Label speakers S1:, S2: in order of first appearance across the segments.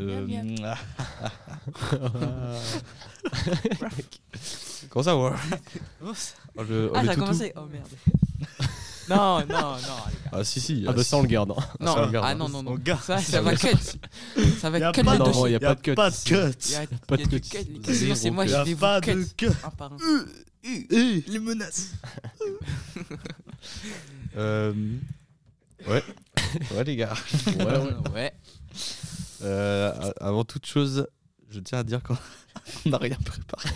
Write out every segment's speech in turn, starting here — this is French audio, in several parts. S1: Euh,
S2: Miam,
S3: Ah,
S1: Comment ça, ouais
S2: Comment ça
S1: Oh, le- oh,
S2: Ah,
S1: le
S2: ça a
S1: toutou.
S2: commencé. Oh merde. non, non, non, les gars.
S1: Ah, si, si.
S3: Ah bah ça on le garde. hein.
S2: Non,
S1: ça, on garde.
S2: ah non, non, non.
S4: On garde.
S2: Ça,
S3: Ça,
S2: ça va
S3: on
S2: cut. Ça
S4: Il
S2: va
S4: a
S2: cut
S4: pas
S2: le
S4: de-
S3: Non,
S2: dossier.
S3: il y a
S4: y
S3: pas de cut ici.
S2: Il y a- il
S3: pas de
S2: y a du
S3: cut.
S2: cut, les gars.
S3: Zéro
S2: Sinon, c'est moi,
S3: cut.
S2: je
S4: Il
S2: vais
S4: n'y a pas
S2: vous cut. Ah,
S4: de cut.
S2: Un par un.
S4: Les menaces.
S1: Euh, Ouais. Ouais, les gars.
S3: Ouais, ouais.
S2: Ouais.
S1: Euh, a- avant toute chose, je tiens à dire qu'on on n'a rien préparé.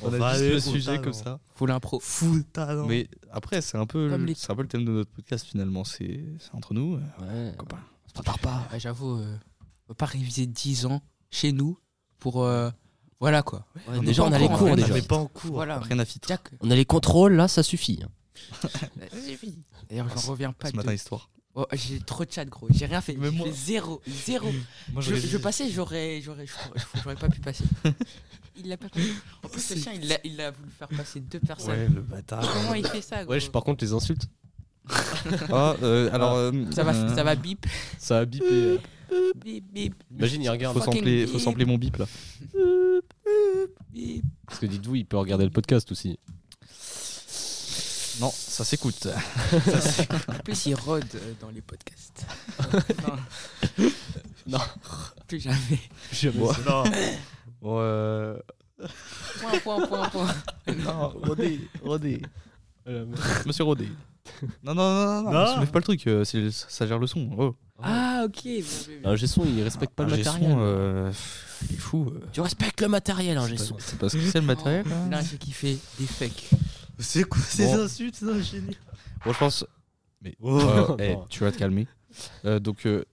S1: On,
S4: va
S1: a
S4: aller
S1: juste le
S4: au
S1: sujet
S4: talent.
S1: comme ça.
S2: Full impro.
S4: Full talent.
S1: Mais après, c'est un, peu
S2: Comme
S1: le-
S2: les-
S1: c'est un peu le thème de notre podcast finalement. C'est c'est entre nous, euh,
S2: Ouais.
S1: copains.
S2: On se prépare pas. Ouais, J'avoue, euh, on peut pas réviser 10 ans chez nous pour. euh, Voilà quoi.
S5: Ouais,
S2: on
S5: déjà,
S2: est pas
S5: on a
S2: en
S5: les
S2: cours,
S5: cours
S2: en fait,
S5: déjà.
S4: On n'est pas en cours.
S2: Voilà.
S1: Rien à filtrer.
S2: Jack. euh,
S5: On a les contrôles, là, ça suffit. hein.
S2: D'ailleurs, j'en reviens pas.
S1: Ce
S2: de-
S1: matin, histoire.
S2: Oh, j'ai trop de chat, gros. J'ai rien fait.
S1: Mais
S2: J'ai
S1: moi-
S2: fait zéro. Zéro.
S4: Moi,
S2: Je,
S4: j'aurais-
S2: je passais, j'aurais, j'aurais, je pourrais- je- j'aurais pas pu passer. Il l'a pas compris. En plus, le chien, il a, il a voulu faire passer deux personnes.
S1: le bâtard.
S2: Comment il fait ça, gros
S3: Ouais, je- par contre les insultes,
S1: Ah, euh, alors. euh,
S2: ça, va,
S1: euh,
S2: ça va bip.
S3: ça a bipé. euh.
S2: Bip, bip,
S3: Imagine il regarde
S1: Faut
S2: Fucking
S1: sampler, faut
S2: bip.
S1: sampler mon bip là.
S2: bip.
S3: parce que dites-vous, il peut regarder le podcast aussi.
S1: Non, ça s'écoute.
S2: En plus, il rôde euh, dans les podcasts.
S3: Non.
S2: Plus jamais.
S1: Bon,
S4: Non.
S1: bon, euh,
S2: Point, point, point, point.
S1: Non, Rodé, Rodé.
S3: Voilà, mais-
S1: Euh, Monsieur Rodé. Non, non, non, non,
S4: Non.
S1: non. soulève pas le truc, euh, c'est- ça gère le son. Oh.
S2: Ah, ok. bien vu, bien
S3: Un
S2: vu.
S3: G-son, il respecte pas
S1: Ah,
S3: le
S1: j'ai
S3: matériel.
S1: son, euh, pff, il est fou. euh.
S5: Tu respectes le matériel, hein,
S1: C'est
S5: Gesson.
S1: pas- C'est parce que c'est le matériel. hein.
S2: Oh, Là, j'ai kiffé des fakes.
S4: C'est quoi ces
S1: Bon.
S4: insultes C'est génie.
S1: Bon, je pense. Mais.
S4: Oh.
S1: euh, eh,
S3: Non.
S1: tu vas te calmer. Euh, donc, euh,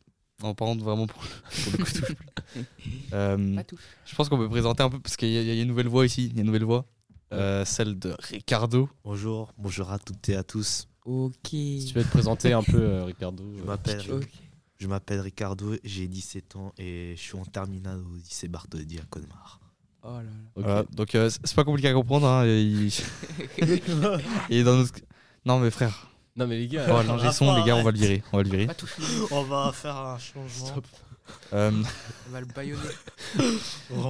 S1: en parlant de vraiment pour, pour le coup, touche plus. Euh,
S2: Pas tout.
S1: je pense qu'on peut présenter un peu, parce qu'il y, a- il y a une nouvelle voix ici. Il y a une nouvelle voix. Euh, celle de Ricardo.
S4: Bonjour, bonjour à toutes et à tous.
S2: Ok.
S3: Si tu veux te présenter un peu, euh, Ricardo.
S4: Je
S3: euh,
S4: m'appelle
S2: Ok.
S4: je m'appelle Ricardo, j'ai 17 ans et je suis en terminale au lycée Bartholdi à Colmar.
S2: Oh là là.
S3: ok.
S1: Voilà, donc, euh, c'est c'est pas compliqué à comprendre. hein, et il, il est dans notre. Non, mais frère,
S3: Non mais les gars,
S1: on va changer son, les gars, on va le virer. On va le virer.
S2: Pas touché.
S4: On va faire un changement.
S3: Stop.
S1: Euh,
S2: On va le baïonner.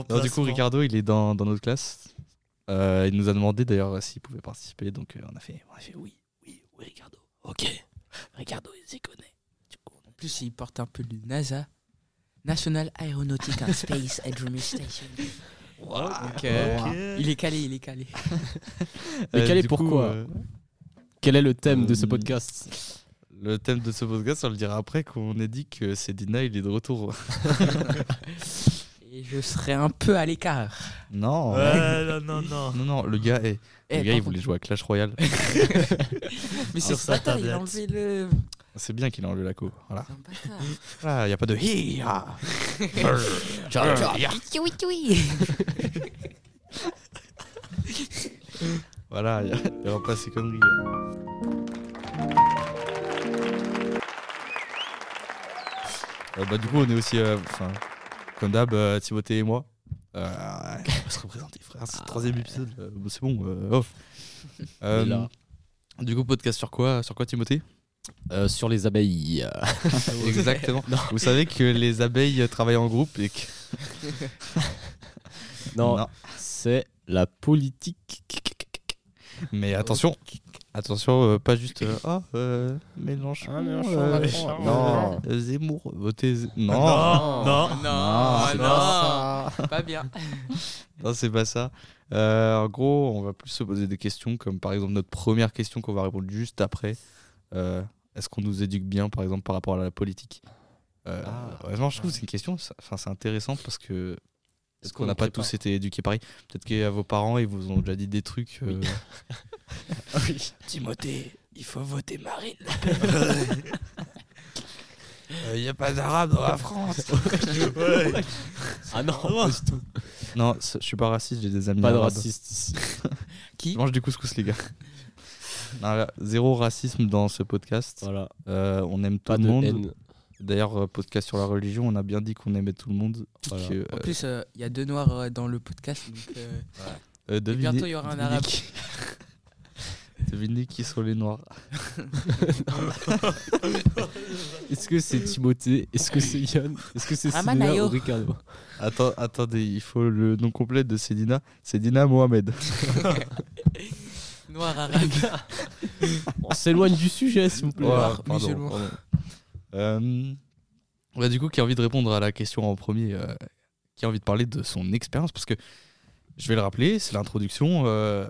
S1: Non, du coup, Ricardo, il est dans, dans notre classe. Euh, il nous a demandé d'ailleurs s'il pouvait participer, donc euh, on, a fait, on a fait oui.
S2: En plus, il porte un peu du NASA. National Aeronautic and Space Administration. Donc, euh, Il est calé, il est calé.
S3: Mais quel est
S1: du
S3: pourquoi
S1: euh,
S3: quel est le thème de ce
S1: Euh,
S3: podcast
S1: Le thème de ce podcast, on le dira après qu'on ait dit que c'est Dina, il est de retour.
S2: Et je serai un peu à l'écart.
S1: non.
S4: Ouais, non, non, non.
S1: Non, non, le gars, eh,
S2: Eh,
S1: le gars
S2: par
S1: il voulait jouer à Clash Royale.
S2: contre, Mais c'est
S4: sur
S2: ce
S4: sa
S2: bâtard, il a enlevé
S4: tablette.
S2: le.
S1: c'est bien qu'il a enlevé la co. Voilà,
S2: C'est un bâtard.
S1: il n'y a pas de hi ah.
S5: Ciao, ciao.
S2: Tchoui, tchoui.
S1: Voilà, il y a- il aura pas ces conneries. Euh, bah, du coup, on est aussi, euh, enfin, comme d'hab, euh, Timothée et moi. Euh, on va se représenter, frère. C'est le troisième épisode. euh, bah, c'est bon, euh, off. Euh,
S3: Ah est là.
S1: du coup, podcast sur quoi, sur quoi, Timothée
S3: Euh, Sur les abeilles.
S1: Exactement. Vous savez que les abeilles euh, travaillent en groupe et que.
S3: non, c'est la politique.
S1: Mais attention, attention, euh, pas juste. euh, Ah, euh, Mélenchon.
S3: Ah,
S1: euh, non, euh, Zemmour, votez. Ze- non.
S4: non,
S3: Ah,
S2: non,
S1: c'est
S2: non,
S1: pas ça.
S2: pas bien.
S1: Non, c'est pas ça. Euh, en gros, on va plus se poser des questions, comme par exemple notre première question qu'on va répondre juste après. Euh, Est-ce qu'on nous éduque bien, par exemple, par rapport à la politique Euh,
S3: Ah.
S1: Vraiment, je trouve que c'est une question, ça- enfin, c'est intéressant parce que. Est-ce
S3: Est-ce
S1: qu'on
S3: qu'on
S1: n'a
S3: nous
S1: pas
S3: prépare
S1: tous été éduqués pareil Peut-être qu'à vos parents, ils vous ont déjà dit des trucs. euh,
S2: Timothée, il faut voter Marine.
S1: Il n'y Euh, a pas d'arabe dans la France.
S4: Ouais.
S3: Ah non,
S4: Vraiment.
S3: pas du tout.
S1: non, c'est- je suis pas raciste, j'ai des amis.
S3: Pas de
S1: arabes.
S3: raciste ici.
S1: Je mange du couscous, les gars. Non, là, zéro racisme dans ce podcast.
S3: Voilà,
S1: Euh, on aime tout
S3: pas
S1: le
S3: de
S1: monde.
S3: haine.
S1: D'ailleurs, euh, podcast sur la religion, on a bien dit qu'on aimait tout le monde.
S3: Voilà.
S1: Que, euh,
S2: En plus, euh, il y a deux noirs euh, dans le podcast, donc euh,
S1: euh, devinez-
S2: bientôt, il y aura un
S1: devinez
S2: arabe.
S1: qui- Devinez qui sont les noirs.
S3: Est-ce que c'est Timothée Est-ce que c'est Yann Est-ce que c'est
S2: Ramanayo.
S3: Célia ou Ricardo
S1: Attends, attendez, il faut le nom complet de Sedina. Sedina Mohamed.
S2: Noir arabe.
S3: On Ah, s'éloigne du sujet, s'il vous plaît.
S1: Ah,
S2: Noir musulman.
S1: Euh, bah, du coup, qui a envie de répondre à la question en premier euh, Qui a envie de parler de son expérience Parce que, je vais le rappeler, c'est l'introduction. euh,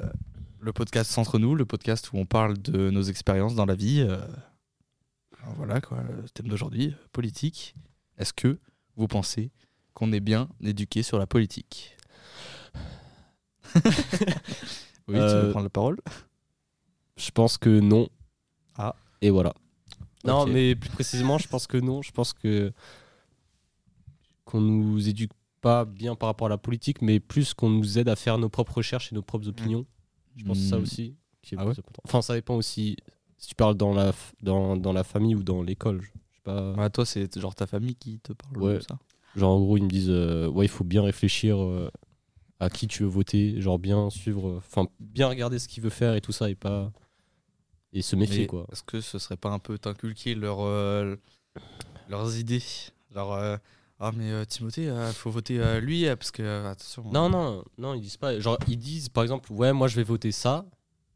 S1: le podcast S'entre nous, le podcast où on parle de nos expériences dans la vie. euh, alors voilà, quoi, le thème d'aujourd'hui, euh, politique. Est-ce que vous pensez qu'on est bien éduqué sur la politique Oui, tu
S3: Euh,
S1: veux prendre la parole
S3: Je pense que non.
S1: Ah.
S3: Et voilà. Non,
S1: Ok.
S3: mais plus précisément, je pense que non. Je pense que qu'on nous éduque pas bien par rapport à la politique, mais plus qu'on nous aide à faire nos propres recherches et nos propres opinions. Je pense que ça
S1: Mm.
S3: aussi. qui est
S1: Ah
S3: plus
S1: ouais
S3: important. Enfin, ça dépend aussi si tu parles dans la f- dans, dans la famille ou dans l'école. Je je sais pas.
S1: Ouais, Bah, Toi, c'est genre ta famille qui te parle
S3: Ouais.
S1: de ça
S3: Genre en gros ils me disent euh, ouais il faut bien réfléchir euh, à qui tu veux voter, genre bien suivre, euh, enfin bien regarder ce qu'il veut faire et tout ça et pas et se méfier
S1: Mais
S3: quoi.
S1: Est-ce que ce serait pas un peu t'inculquer leur, euh, leurs idées Genre, euh, ah, mais euh, Timothée, euh, faut voter euh, lui, euh, parce que, euh, attention.
S3: Non non non ils disent pas, genre ils disent par exemple ouais moi je vais voter ça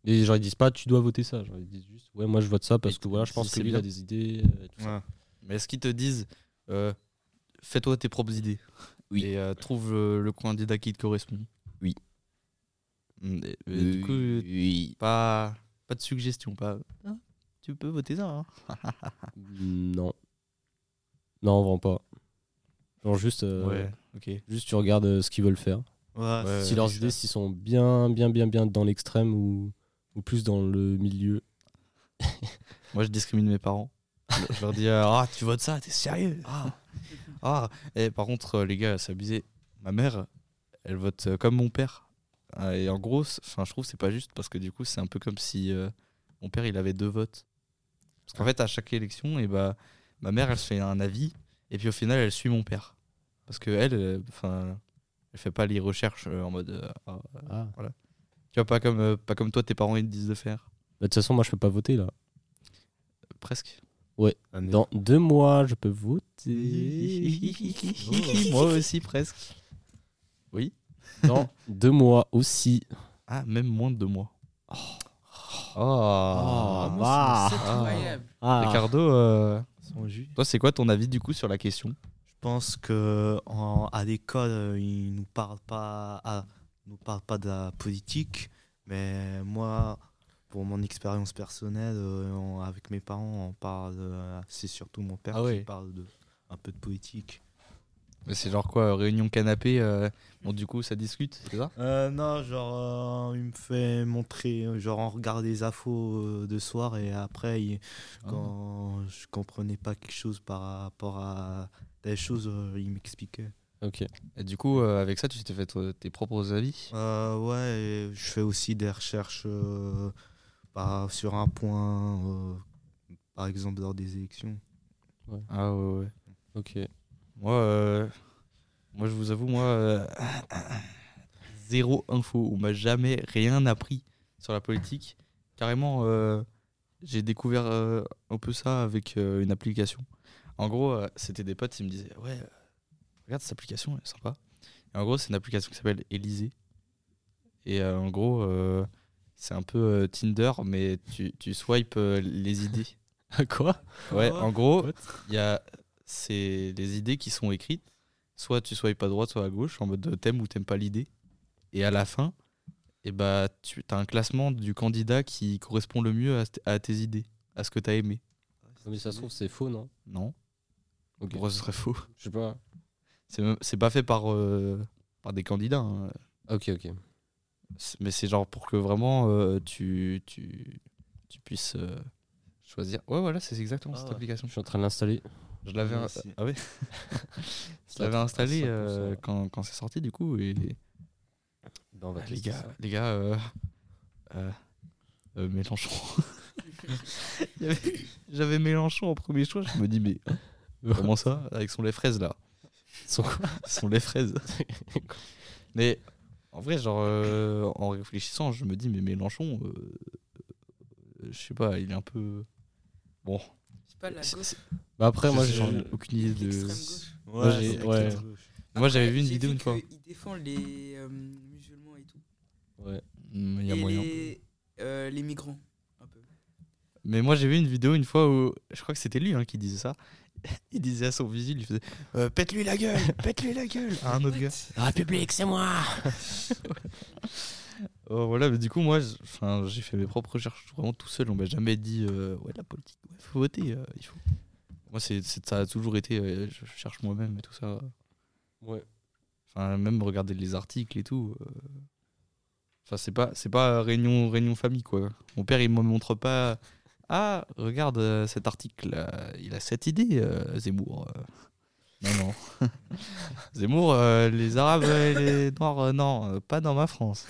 S3: et genre ils disent pas tu dois voter ça, genre ils disent juste ouais moi je vote ça parce que voilà je
S1: ils
S3: pense
S1: disent
S3: que
S1: c'est
S3: lui il a
S1: bien.
S3: des idées. euh, et tout ça.
S1: Mais est-ce qu'ils te disent, euh, fais-toi tes propres idées
S5: Oui.
S1: Et euh, trouve euh, le candidat qui te correspond
S5: Oui.
S1: Mm, et- et du coup, euh,
S5: oui.
S1: pas, pas de suggestion, pas. Ah, tu peux voter ça. hein. Mm,
S3: Non non vraiment pas. Genre juste euh,
S1: ok.
S3: juste tu regardes euh, ce qu'ils veulent faire.
S4: Ouais,
S1: Ouais,
S3: si leurs idées s'ils sont bien bien bien bien dans l'extrême ou, ou plus dans le milieu
S1: Moi, je discrimine mes parents. Je- Je leur dis euh, Ah, tu votes ça, t'es sérieux Ah, ah. Et par contre, euh, les gars, c'est abusé. Ma mère, elle vote euh, comme mon père. Ah, Et en gros, c'est- enfin, je trouve que c'est pas juste parce que du coup, c'est un peu comme si euh, mon père il avait deux votes. Parce qu'en fait, à chaque élection, et bah, ma mère elle se fait un avis et puis au final, elle suit mon père. Parce que elle, euh, enfin, elle fait pas les recherches euh, en mode euh, Ah, Tu vois, pas comme, euh, pas comme toi, tes parents ils te disent de faire.
S3: Bah, de toute façon moi je peux pas voter là
S1: Presque.
S3: dans deux mois je peux voter
S1: Moi aussi, presque.
S3: dans deux mois aussi
S1: Ah, même moins de deux mois. Oh.
S3: Ah, bah.
S2: C'est incroyable.
S3: ah.
S1: Ricardo, euh,
S4: Sans jus.
S1: toi, c'est quoi ton avis du coup sur la question
S4: Je pense que en- à l'école, euh, ils nous parlent pas, à- nous parlent pas de la politique, mais moi, pour mon expérience personnelle, euh, on- avec mes parents, on parle. euh, c'est surtout mon père
S1: Ah ouais.
S4: qui parle de un peu de politique.
S1: Mais C'est genre quoi, euh, réunion canapé euh, Bon, du coup, ça discute, c'est ça
S4: Euh, non, genre, euh, il me fait montrer, euh, genre, on regarde les infos euh, de soir et après, il-
S1: Ah.
S4: quand je comprenais pas quelque chose par rapport à telle chose, euh, il m'expliquait.
S3: ok
S1: Et du coup, euh, avec ça, tu t'es fait euh, tes propres avis
S4: Euh, ouais, et je fais aussi des recherches euh, par- sur un point, euh, par exemple, lors des élections.
S1: Ah ouais, ouais.
S3: ok
S1: Moi, euh, moi je vous avoue, moi, euh, zéro info. On m'a jamais rien appris sur la politique. Carrément, euh, j'ai découvert euh, un peu ça avec euh, une application. En gros, euh, c'était des potes qui me disaient Ouais, euh, regarde cette application, elle est sympa. Et en gros, c'est une application qui s'appelle Élysée. Et euh, en gros, euh, c'est un peu euh, Tinder, mais tu, tu swipes euh, les idées.
S3: quoi
S1: Ouais,
S4: Ah ouais.
S1: en gros, il y a c'est les idées qui sont écrites. Soit tu swipes à droite, soit à gauche, en mode de t'aimes ou t'aimes pas l'idée. Et à la fin, et bah, tu as un classement du candidat qui correspond le mieux à, st- à tes idées, à ce que t'as aimé.
S3: mais ça se trouve c'est faux non
S1: Non
S3: Ok.
S1: Pourquoi ce serait faux
S3: je sais pas
S1: C'est même- c'est pas fait par, euh, par des candidats. hein.
S3: ok ok
S1: C'est- Mais c'est genre pour que vraiment euh, tu, tu, tu puisses euh, choisir. Ouais, voilà, c'est exactement
S4: Ah
S1: cette
S4: ouais.
S1: application.
S3: je suis en train de l'installer
S1: Je l'avais
S4: Moi
S1: un-
S4: aussi.
S1: ah ouais. Je l'avais
S3: Ça-
S1: installé
S3: ça pousse,
S1: euh,
S3: ouais.
S1: quand, quand c'est sorti du coup et
S3: Ben, on va
S1: les
S3: tester
S1: gars
S3: ça.
S1: les gars euh, euh, euh, Mélenchon. Il y avait- J'avais Mélenchon en premier choix, je me dis mais hein, comment ça avec son lait fraise là.
S3: Son quoi
S1: Son lait fraise. mais en vrai genre euh, en réfléchissant, je me dis mais Mélenchon euh, je sais pas, il est un peu. Bon.
S2: C'est pas la
S1: C'est-
S2: gauche,
S3: Bah après,
S1: Je
S3: moi,
S1: sais,
S3: j'ai-
S1: j'en ai aucune idée de.
S2: l'extrême gauche.
S3: Moi, j'ai-
S4: c'est
S3: ouais.
S4: clair.
S1: Moi, j'avais
S2: Après,
S1: vu une
S2: j'ai
S1: vidéo une fois.
S2: Il défend les euh, musulmans et tout.
S1: Mm, Il y a
S2: et
S1: moyen.
S2: les, euh, les migrants. Un peu.
S1: Mais moi, j'ai vu une vidéo une fois où je crois que c'était lui hein, qui disait ça. Il disait à son vigile, il faisait Euh, Pète-lui la gueule Pète-lui la gueule À un autre gars.
S5: La République, c'est moi
S1: Oh, voilà, mais du coup, moi, j'- enfin, j'ai fait mes propres recherches vraiment tout seul. On m'a jamais dit euh, Ouais, la politique, ouais, faut voter. euh, il faut. Moi, c'est, c'est- ça a toujours été euh, Je je cherche moi-même et tout ça.
S3: Ouais.
S1: Enfin, même regarder les articles et tout. euh. Enfin, c'est pas, c'est pas réunion, réunion famille, quoi. Mon père, il me montre pas. Ah, regarde euh, cet article, euh, il a cette idée, euh, Zemmour. euh. Non, non. Zemmour, euh, les Arabes et les Noirs, euh, non, euh, pas dans ma France.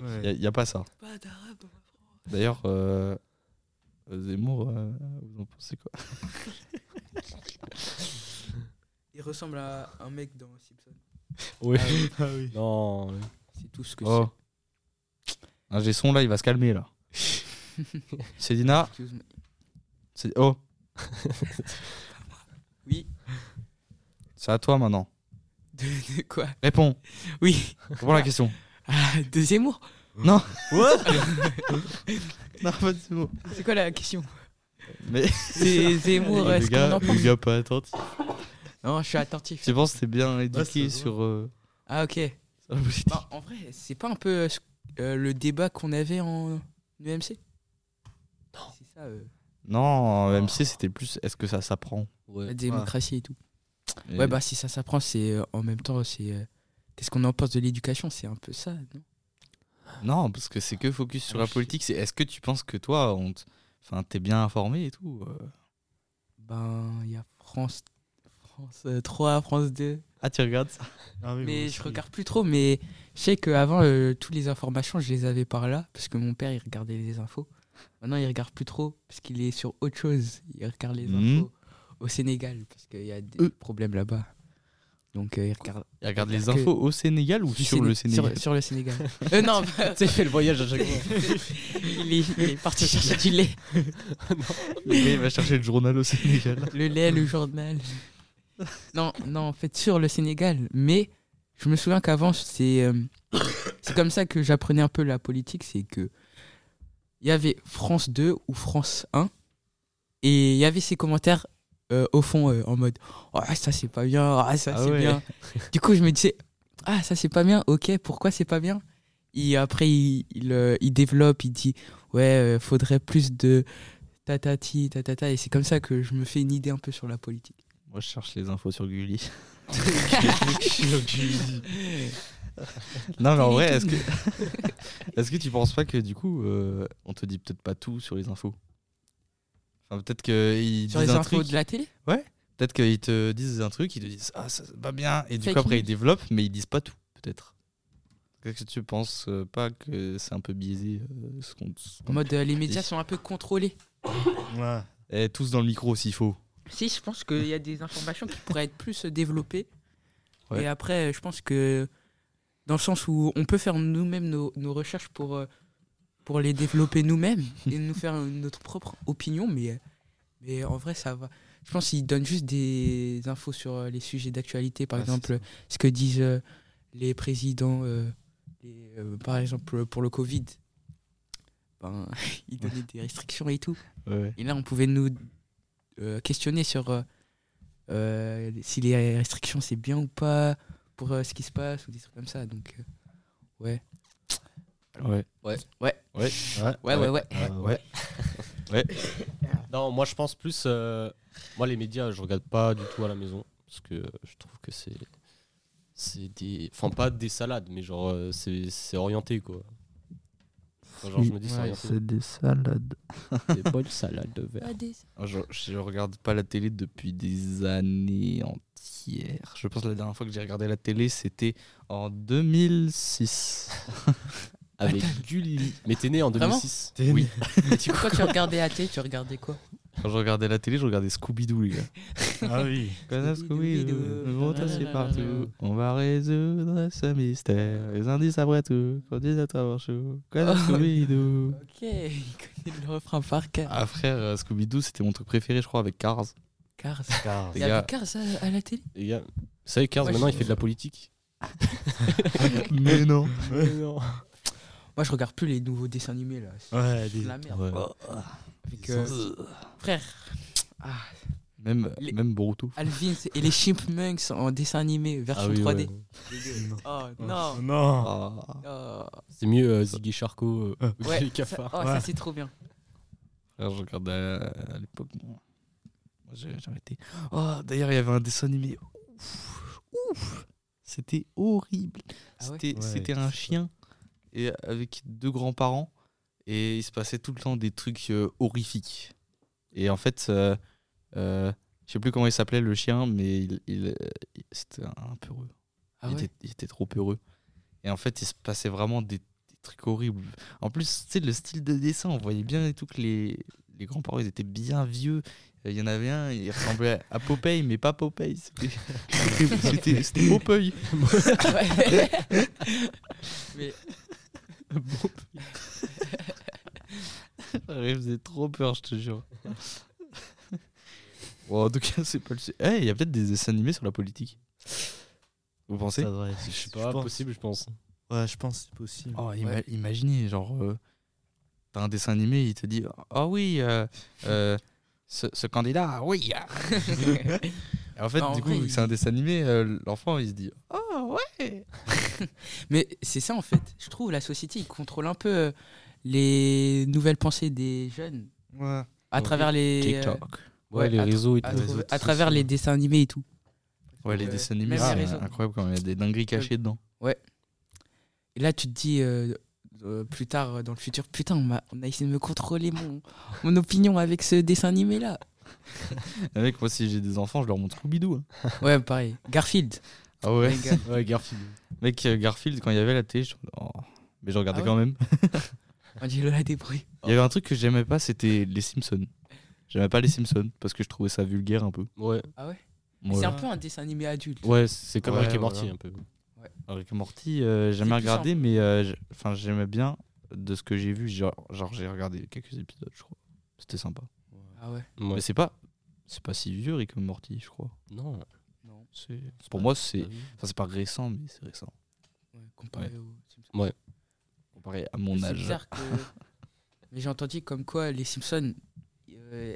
S4: Ouais.
S1: Il n'y a, pas ça.
S2: Pas d'arabe. hein.
S1: D'ailleurs, euh, Zemmour, euh, vous en pensez quoi
S2: Il ressemble à un mec dans Simpson.
S3: Oui.
S4: Ah oui.
S3: Non. ouais.
S2: C'est tout ce que
S1: Oh. J'ai son là, il va se calmer là. Cédina,
S2: c'est. Excuse me.
S1: c'est oh,
S2: Oui.
S1: c'est à toi maintenant.
S2: De, de quoi
S1: Réponds,
S2: Oui.
S1: réponds à la question.
S2: Ah, de Zemmour.
S1: Non, pas de Zemmour.
S2: C'est quoi la question
S1: Mais
S2: C'est Zemmour,
S1: le
S2: est-ce qu'on
S1: gars,
S2: en pense
S1: le gars pas attentif.
S2: Non, je suis attentif.
S1: Tu penses que t'es bien éduqué
S4: Ouais, ça se
S1: sur, euh,
S2: Ah, ok.
S1: sur la politique
S2: Bah, en vrai, c'est pas un peu euh, ce- euh, le débat qu'on avait en EMC Non. C'est ça, euh,
S1: Non, MC c'était plus est-ce que ça s'apprend
S2: la démocratie et tout.
S1: Et-
S2: Ouais, bah si ça s'apprend, c'est euh, en même temps, c'est. euh, Qu'est-ce qu'on en pense de l'éducation C'est un peu ça, non
S1: Non, parce que c'est que focus sur la politique. C'est est-ce que tu penses que toi, on t- enfin, t'es bien informé et tout euh,
S2: Ben, il y a France, France euh, 3, France 2.
S1: Ah, tu regardes ça
S4: Ah oui,
S2: Mais
S4: moi
S2: je
S4: aussi.
S2: regarde plus trop, mais je sais qu'avant, euh, toutes les informations, je les avais par là, parce que mon père, il regardait les infos. Maintenant, il regarde plus trop, parce qu'il est sur autre chose. Il regarde les
S1: Mhm.
S2: infos au Sénégal, parce qu'il y a des
S1: Euh.
S2: problèmes là-bas. Donc, euh, il regarde
S1: Il regarde
S2: Parce
S1: les
S2: que-
S1: infos au Sénégal ou
S2: du
S1: sur le
S2: Séné- sur-
S1: Sénégal
S2: sur le Sénégal. Euh, non, bah,
S3: Tu sais, fait le voyage à chaque fois.
S2: il, est, il est parti chercher du lait.
S1: Le gars, il va chercher le journal au Sénégal.
S2: Le lait, le journal. Non, non, en fait, sur le Sénégal. Mais je me souviens qu'avant, c'est euh, c'est comme ça que j'apprenais un peu la politique. C'est que il y avait France 2 ou France 1. Et il y avait ces commentaires euh, au fond euh, en mode Ah, ça c'est pas bien, ah, ça
S1: Ah
S2: c'est
S1: ouais.
S2: bien. Du coup, je me disais Ah, ça c'est pas bien, ok, pourquoi c'est pas bien Et après, il, il, euh, il développe, il dit Ouais, euh, faudrait plus de tatati, tatata. Et c'est comme ça que je me fais une idée un peu sur la politique.
S1: Moi, je cherche les infos sur Gulli. non, mais en vrai, est-ce que, est-ce que tu penses pas que du coup, euh, on te dit peut-être pas tout sur les infos Enfin, peut-être qu'ils
S2: Sur
S1: disent
S2: les
S1: un
S2: infos
S1: truc.
S2: de la télé
S1: Peut-être qu'ils te disent un truc, ils te disent Ah, ça c'est pas bien. Et du
S2: Fake
S1: coup, après,
S2: news.
S1: ils développent, mais ils disent pas tout, peut-être. Est-ce que tu penses euh, pas que c'est un peu biaisé euh, ce qu'on. ce
S2: En
S1: qu'on-
S2: mode, euh, les médias sont un peu contrôlés.
S4: Ouais.
S1: Eh, tous dans le micro s'il faut.
S2: Si, je pense qu'il y a des informations qui pourraient être plus développées.
S1: Ouais.
S2: Et après, je pense que dans le sens où on peut faire nous-mêmes nos, nos recherches pour, euh, pour les développer nous-mêmes et nous faire notre propre opinion, mais, mais en vrai, ça va. Je pense qu'ils donnent juste des infos sur euh, les sujets d'actualité, par
S1: Ah, c'est
S2: exemple, ce que disent euh, les présidents, euh, les, euh, par exemple, pour le Covid. Ben, ils donnaient des restrictions et tout.
S1: Ouais.
S2: Et là, on pouvait nous euh, questionner sur euh, euh, si les restrictions c'est bien ou pas pour euh, ce qui se passe ou des trucs comme ça. Donc, euh, ouais.
S1: Ouais.
S5: Ouais.
S2: Ouais.
S1: Ouais.
S2: Ouais, ouais, ouais.
S4: Ah ouais.
S3: Euh, Non, moi, je pense plus. euh, Moi, les médias, je regarde pas du tout à la maison. Parce que euh, je trouve que c'est. C'est des. Enfin, pas des salades, mais genre, euh, c'est c'est orienté, quoi. Enfin, genre, je me dis, c'est orienté.
S1: des salades.
S3: des bonnes salades de verre.
S1: Ah, Je, je regarde pas la télé depuis des années entières. Je pense que la dernière fois que j'ai regardé la télé, c'était en 2006.
S3: Avec Gulli. Mais t'es né en
S2: Vraiment
S3: 2006.
S4: T'es
S1: Oui.
S4: né-
S2: Quand tu regardais AT, tu regardais quoi
S1: Quand je regardais la télé, je regardais Scooby-Doo, les gars.
S4: Ah oui.
S1: Connais Scooby-Doo,
S2: Scooby-Doo,
S1: nous montons
S2: nanana.
S1: partout. On va résoudre ce mystère. Les indices après tout, conduisent à travers chou. Connais
S2: Oh.
S1: Scooby-Doo.
S2: Ok, il connaît le refrain par cœur.
S1: Ah frère, euh, Scooby-Doo, c'était mon truc préféré, je crois, avec Cars.
S2: Cars.
S4: Car...
S1: Les
S2: Il y
S1: gars.
S2: avait Cars à, à la télé
S3: Les gars, vous savez, 15
S2: Moi,
S3: maintenant,
S2: je-
S3: il fait de la politique.
S1: Mais non.
S2: Moi, je regarde plus les nouveaux dessins animés là. C'est
S4: Ouais, Ah, des...
S2: la merde.
S1: Ouais.
S2: Avec, euh, frère,
S1: Même, euh,
S2: Les-
S1: même Boruto.
S2: Alvin et les Chipmunks en dessin animé, version
S3: Ah oui,
S2: 3D.
S3: ouais.
S2: Oh
S4: Ah, Non.
S2: non
S4: non.
S3: Ah,
S2: Oh.
S3: C'est mieux euh, Ziggy Charcot euh, que
S2: Ouais,
S3: les
S2: ça,
S3: cafards.
S2: oh,
S4: Ouais.
S2: ça c'est trop bien.
S1: Frère, je regardais euh, à l'époque. Moi, moi, j'ai- j'avais été. Oh, d'ailleurs, il y avait un dessin animé. Ouf, ouf. C'était horrible.
S2: Ah ouais
S1: C'était
S4: Ouais,
S1: c'était
S4: qu'est-ce
S1: un
S4: que c'est
S1: chien et avec deux grands-parents et il se passait tout le temps des trucs euh, horrifiques. Et en fait, euh, euh, je sais plus comment il s'appelait le chien, mais il, il, euh, il- c'était un peu heureux.
S2: Ah
S1: il,
S2: ouais
S1: était, il était trop heureux. Et en fait, il se passait vraiment des, des trucs horribles. En plus, tu sais, le style de dessin, on voyait bien et tout que les, les grands-parents, ils étaient bien vieux. Euh, Il y en avait un, il ressemblait à Popeye, mais pas Popeye. C'était- c'était- C'était c'était Popeye.
S2: Ah Ouais. Mais
S1: Il faisait trop peur, je te jure. Bon, en tout cas, c'est pas le sujet. Eh, il y a peut-être des dessins animés sur la politique. Vous pensez
S4: Ça devrait-
S3: Je sais pas,
S4: pense-
S3: possible, Ah je pense.
S4: Ouais, je pense que c'est possible.
S1: Oh, ima- imaginez, genre, euh, t'as un dessin animé, il te dit Ah oui, euh, euh, ce, ce candidat, ah oui. Et en fait,
S2: Non, en
S1: du coup,
S2: vrai,
S1: vu que
S2: il-
S1: c'est un dessin animé, euh, l'enfant, il se dit Oh ouais
S2: Mais c'est ça en fait. Je trouve la société, il contrôle un peu euh, les nouvelles pensées des jeunes
S4: Ouais.
S2: à
S1: Ouais.
S2: travers les euh,
S3: Ouais,
S2: Ouais,
S3: les
S2: à-
S3: réseaux et tout.
S2: à,
S4: les
S2: tra-
S4: autres
S2: à travers les dessins animés et tout.
S1: Ouais, les
S2: Ouais.
S1: dessins animés,
S2: Même
S1: c'est
S2: les réseaux.
S1: incroyable quand il y a des dingueries cachées dedans.
S2: Et là, tu te dis euh, euh, plus tard euh, dans le futur, putain, on a, on a essayé de me contrôler mon, mon opinion avec ce dessin animé là.
S1: Les mecs, moi, si j'ai des enfants, je leur montre Scooby-Doo. hein.
S2: Ouais, pareil. Garfield.
S1: Ah ouais
S2: Ouais, Gar-
S3: Ouais, Garfield.
S1: Mec, euh, Garfield, quand il y avait la télé, je- oh. mais je regardais
S2: Ah ouais Oh.
S1: quand même.
S2: On dit Lola des bruits.
S1: Il y avait un truc que j'aimais pas, c'était les Simpsons. J'aimais pas les Simpsons parce que je trouvais ça vulgaire un peu.
S3: Ouais,
S1: Ouais,
S2: C'est un peu un dessin animé adulte.
S3: ouais c'est comme
S1: Ouais,
S3: Rick et
S1: voilà.
S3: Morty un peu.
S1: Rick et Morty, euh,
S2: plus
S1: jamais regardé, mais euh, j'- enfin j'aimais bien de ce que j'ai vu. Genre, genre, j'ai regardé quelques épisodes, je crois. C'était sympa.
S2: Ah ouais.
S3: Ouais.
S1: Mais c'est pas, c'est pas si vieux Rick et Morty, je crois.
S3: Non,
S1: C'est- Pour moi, c'est,
S3: Ah
S1: enfin c'est pas récent, mais c'est récent
S2: comparé au
S1: comparé à mon
S2: C'est
S1: âge.
S2: bizarre que. Mais j'ai entendu comme quoi les Simpsons, euh,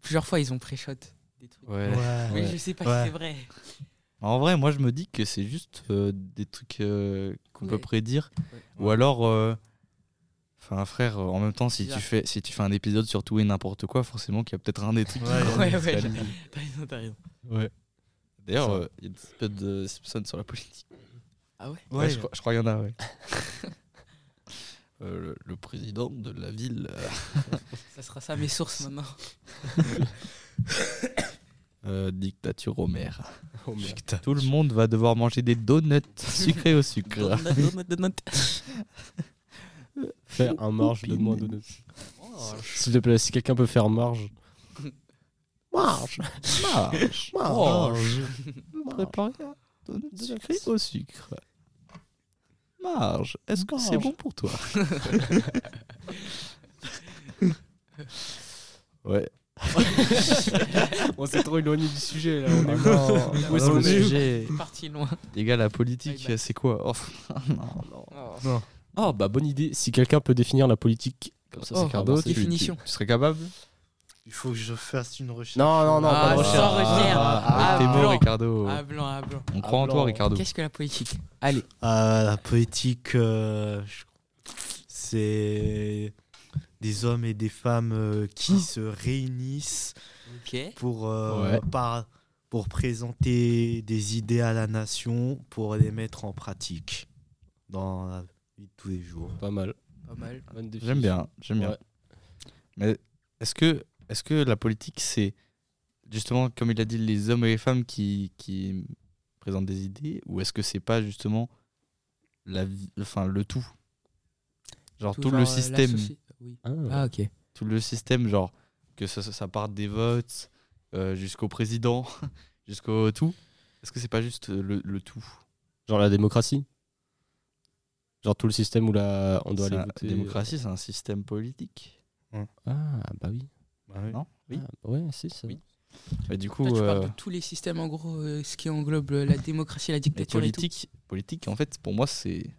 S2: plusieurs fois ils ont pré-shot des trucs.
S1: Ouais.
S4: Ouais.
S2: Mais je sais pas
S4: Ouais.
S2: si c'est vrai.
S1: En vrai, moi je me dis que c'est juste euh, des trucs euh, qu'on peut
S2: Ouais.
S1: prédire.
S2: Ouais.
S1: Ou alors, euh, enfin frère, euh, en même temps, si
S2: Bizarre.
S1: tu, fais, si tu fais un épisode sur tout et n'importe quoi, forcément qu'il y a peut-être un des trucs. qui
S4: Ouais,
S1: correspond.
S2: Ouais, ouais, t'as raison, t'as raison.
S1: D'ailleurs,
S3: Ça.
S1: euh, il y a des épisodes de Simpson sur la politique.
S2: Ah ouais
S1: Ouais, je, crois- je crois qu'il y en a, ouais. Euh, le, le président de la ville. euh,
S2: Ça sera ça mes sources maintenant.
S1: euh, dictature au maire.
S3: Oh, merde.
S1: Tout le monde va devoir manger des donuts sucrés au sucre.
S3: Faire un marge,
S1: Oupine.
S3: donne-moi un donut.
S1: Oh,
S3: S'il te plaît, si quelqu'un peut faire marge.
S1: Marche Marche Marche Préparez un donut sucré au sucre. Marge, est-ce que c'est bon pour toi Ouais.
S3: On s'est trop éloigné du sujet là. Ah On
S1: Ah Où
S3: Oh. est-ce qu'on
S1: le
S3: est
S1: sujet
S2: Parti loin.
S1: Les gars, la
S2: Bye
S1: politique,
S2: bye.
S1: c'est quoi Oh, non, non.
S2: Oh.
S3: Oh bah bonne idée. Si quelqu'un peut définir la politique, comme ça
S2: Oh,
S3: c'est cardo.
S1: Tu- tu-
S2: définition.
S1: Tu, serais capable
S4: Il faut que je fasse une recherche.
S3: Non non non.
S2: Ah,
S3: pas
S2: sans
S3: de recherche.
S2: recherche.
S3: Ah,
S2: Ah,
S1: T'es mort,
S2: blanc.
S1: Ricardo.
S2: Ah blanc, ah blanc.
S1: On croit en toi,
S3: blanc.
S1: Ricardo.
S2: Qu'est-ce que la politique Allez,
S4: Euh, la politique, euh, je- c'est des hommes et des femmes euh, qui se réunissent
S2: ok.
S4: pour, euh, par- pour présenter des idées à la nation, pour les mettre en pratique dans la vie de tous les jours.
S3: ah, Pas mal.
S2: Pas mal.
S3: Bonne définition.
S1: J'aime bien, j'aime bien.
S3: Ouais.
S1: Mais est-ce que, est que la politique, c'est justement, comme il a dit, les hommes et les femmes qui, qui présentent des idées Ou est-ce que c'est pas justement la, vie- enfin, le tout Genre tout,
S2: Toujours,
S1: le
S2: euh, la
S1: système,
S2: soci- Oui.
S3: Ah,
S2: Ah ok.
S1: tout le système, genre que ça, ça- ça parte des votes euh, jusqu'au président, jusqu'au tout. Est-ce que c'est pas juste euh, le, le tout
S3: Genre la démocratie Genre tout le système où la... Bah, on doit
S1: C'est
S3: aller
S1: un-
S3: voter. euh,
S1: La démocratie, c'est un système politique.
S3: Ah, bah oui.
S1: Non Oui.
S3: Ah, ouais, si, ça.
S1: Oui. Mais du coup,
S2: Là, Bah, tu
S1: euh,
S2: parles de tous les systèmes, en gros, euh, ce qui englobe euh, la démocratie, la
S1: mais
S2: dictature et tout.
S1: politique, politique, en fait, pour moi, c'est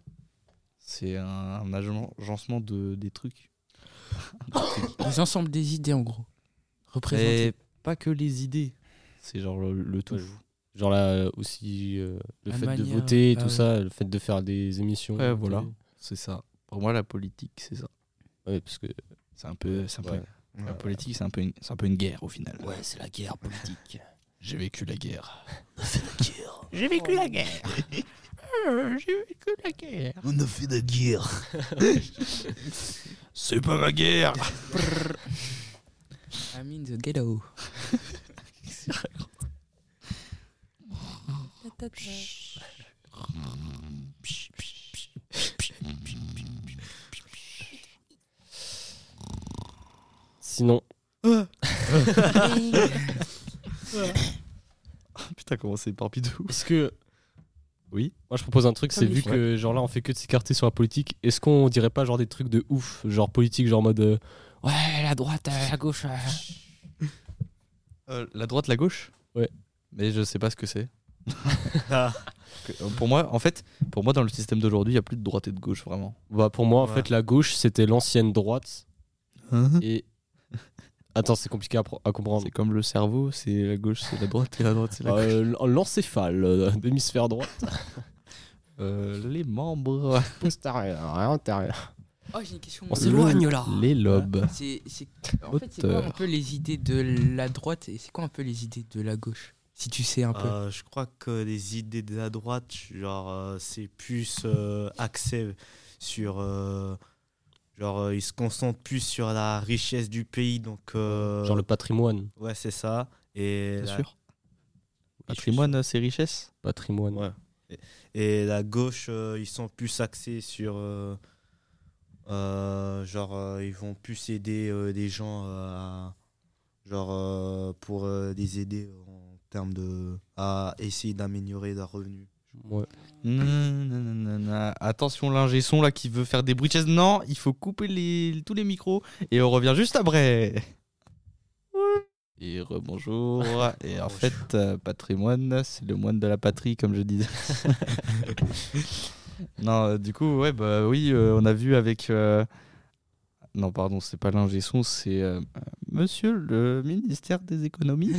S1: c'est un, un agen- agencement de des trucs.
S2: Les ensembles des idées, en gros. Représentées.
S1: Mais pas que les idées. C'est genre le, le tout.
S3: Ouais, je- Genre là aussi euh, le
S2: La
S3: fait de
S2: manière-
S3: voter et
S2: ah
S3: tout
S2: ouais.
S3: ça, le fait de faire des émissions.
S1: euh, Ouais,
S3: à la
S1: voilà.
S3: télé.
S1: C'est ça. Pour moi, la politique, c'est ça.
S3: Ouais, parce que
S1: C'est un peu, c'est un peu-
S3: Ouais.
S1: la politique, c'est un peu, une, c'est un peu une guerre au final.
S5: Ouais, c'est la guerre politique.
S1: J'ai vécu la guerre.
S5: J'ai vécu la guerre.
S1: Oh,
S5: Euh,
S4: On a fait la guerre.
S1: C'est pas ma guerre.
S2: I'm in the ghetto.
S3: sinon,
S1: Putain, comment c'est parpidou.
S3: est-ce que
S1: Oui.
S3: Moi je propose un truc, c'est
S2: Comme
S3: vu
S2: il faut.
S3: que genre là on fait que de s'écarter sur la politique, est-ce qu'on dirait pas genre des trucs de ouf, genre politique, genre mode euh, ouais la droite, euh, la gauche. euh.
S1: Euh, la droite, la gauche
S3: Ouais.
S1: Mais je sais pas ce que c'est.
S4: Ah.
S1: Que- euh, Pour moi, en fait, pour moi, dans le système d'aujourd'hui, il n'y a plus de droite et de gauche, vraiment.
S3: Bah pour moi en
S4: Ouais.
S3: fait la gauche c'était l'ancienne droite
S1: Mhm.
S3: et attends c'est compliqué à, pro- à comprendre.
S1: C'est comme le cerveau, c'est la gauche, c'est la droite, et la droite, c'est la gauche.
S3: Euh, l- L'encéphale, euh, l'hémisphère droit,
S1: Euh, les membres,
S3: postérieur, antérieur.
S2: Oh, j'ai une question.
S5: On s'éloigne là.
S1: les lobes.
S2: C'est, c'est- En fait, c'est quoi un
S1: Auteur.
S2: peu les idées de la droite et c'est quoi un peu les idées de la gauche Si tu sais un peu.
S4: Euh, je crois que les idées de la droite, genre, euh, c'est plus euh, axé sur. euh, genre, euh, ils se concentrent plus sur la richesse du pays, donc. euh,
S3: Genre le patrimoine.
S4: Ouais, c'est ça. Et
S1: Bien
S4: la,
S1: sûr.
S4: je suis
S1: Patrimoine, c'est richesse.
S3: Patrimoine.
S4: Ouais. et la gauche, euh, ils sont plus axés sur. euh, euh, genre, euh, ils vont plus aider euh, des gens euh, à- Genre, euh, pour euh, les aider en termes de. à essayer d'améliorer leurs revenus.
S3: Ouais.
S1: Nananana. Attention, l'ingé son là qui veut faire des bruits de chaise. Non, il faut couper les, tous les micros et on revient juste après. Et rebonjour. Et en fait, euh, patrimoine, c'est le moine de la patrie, comme je disais. non, euh, du coup, ouais, bah oui, euh, on a vu avec. euh, Non, pardon, c'est pas l'ingé son, c'est euh, Monsieur le ministère des économies.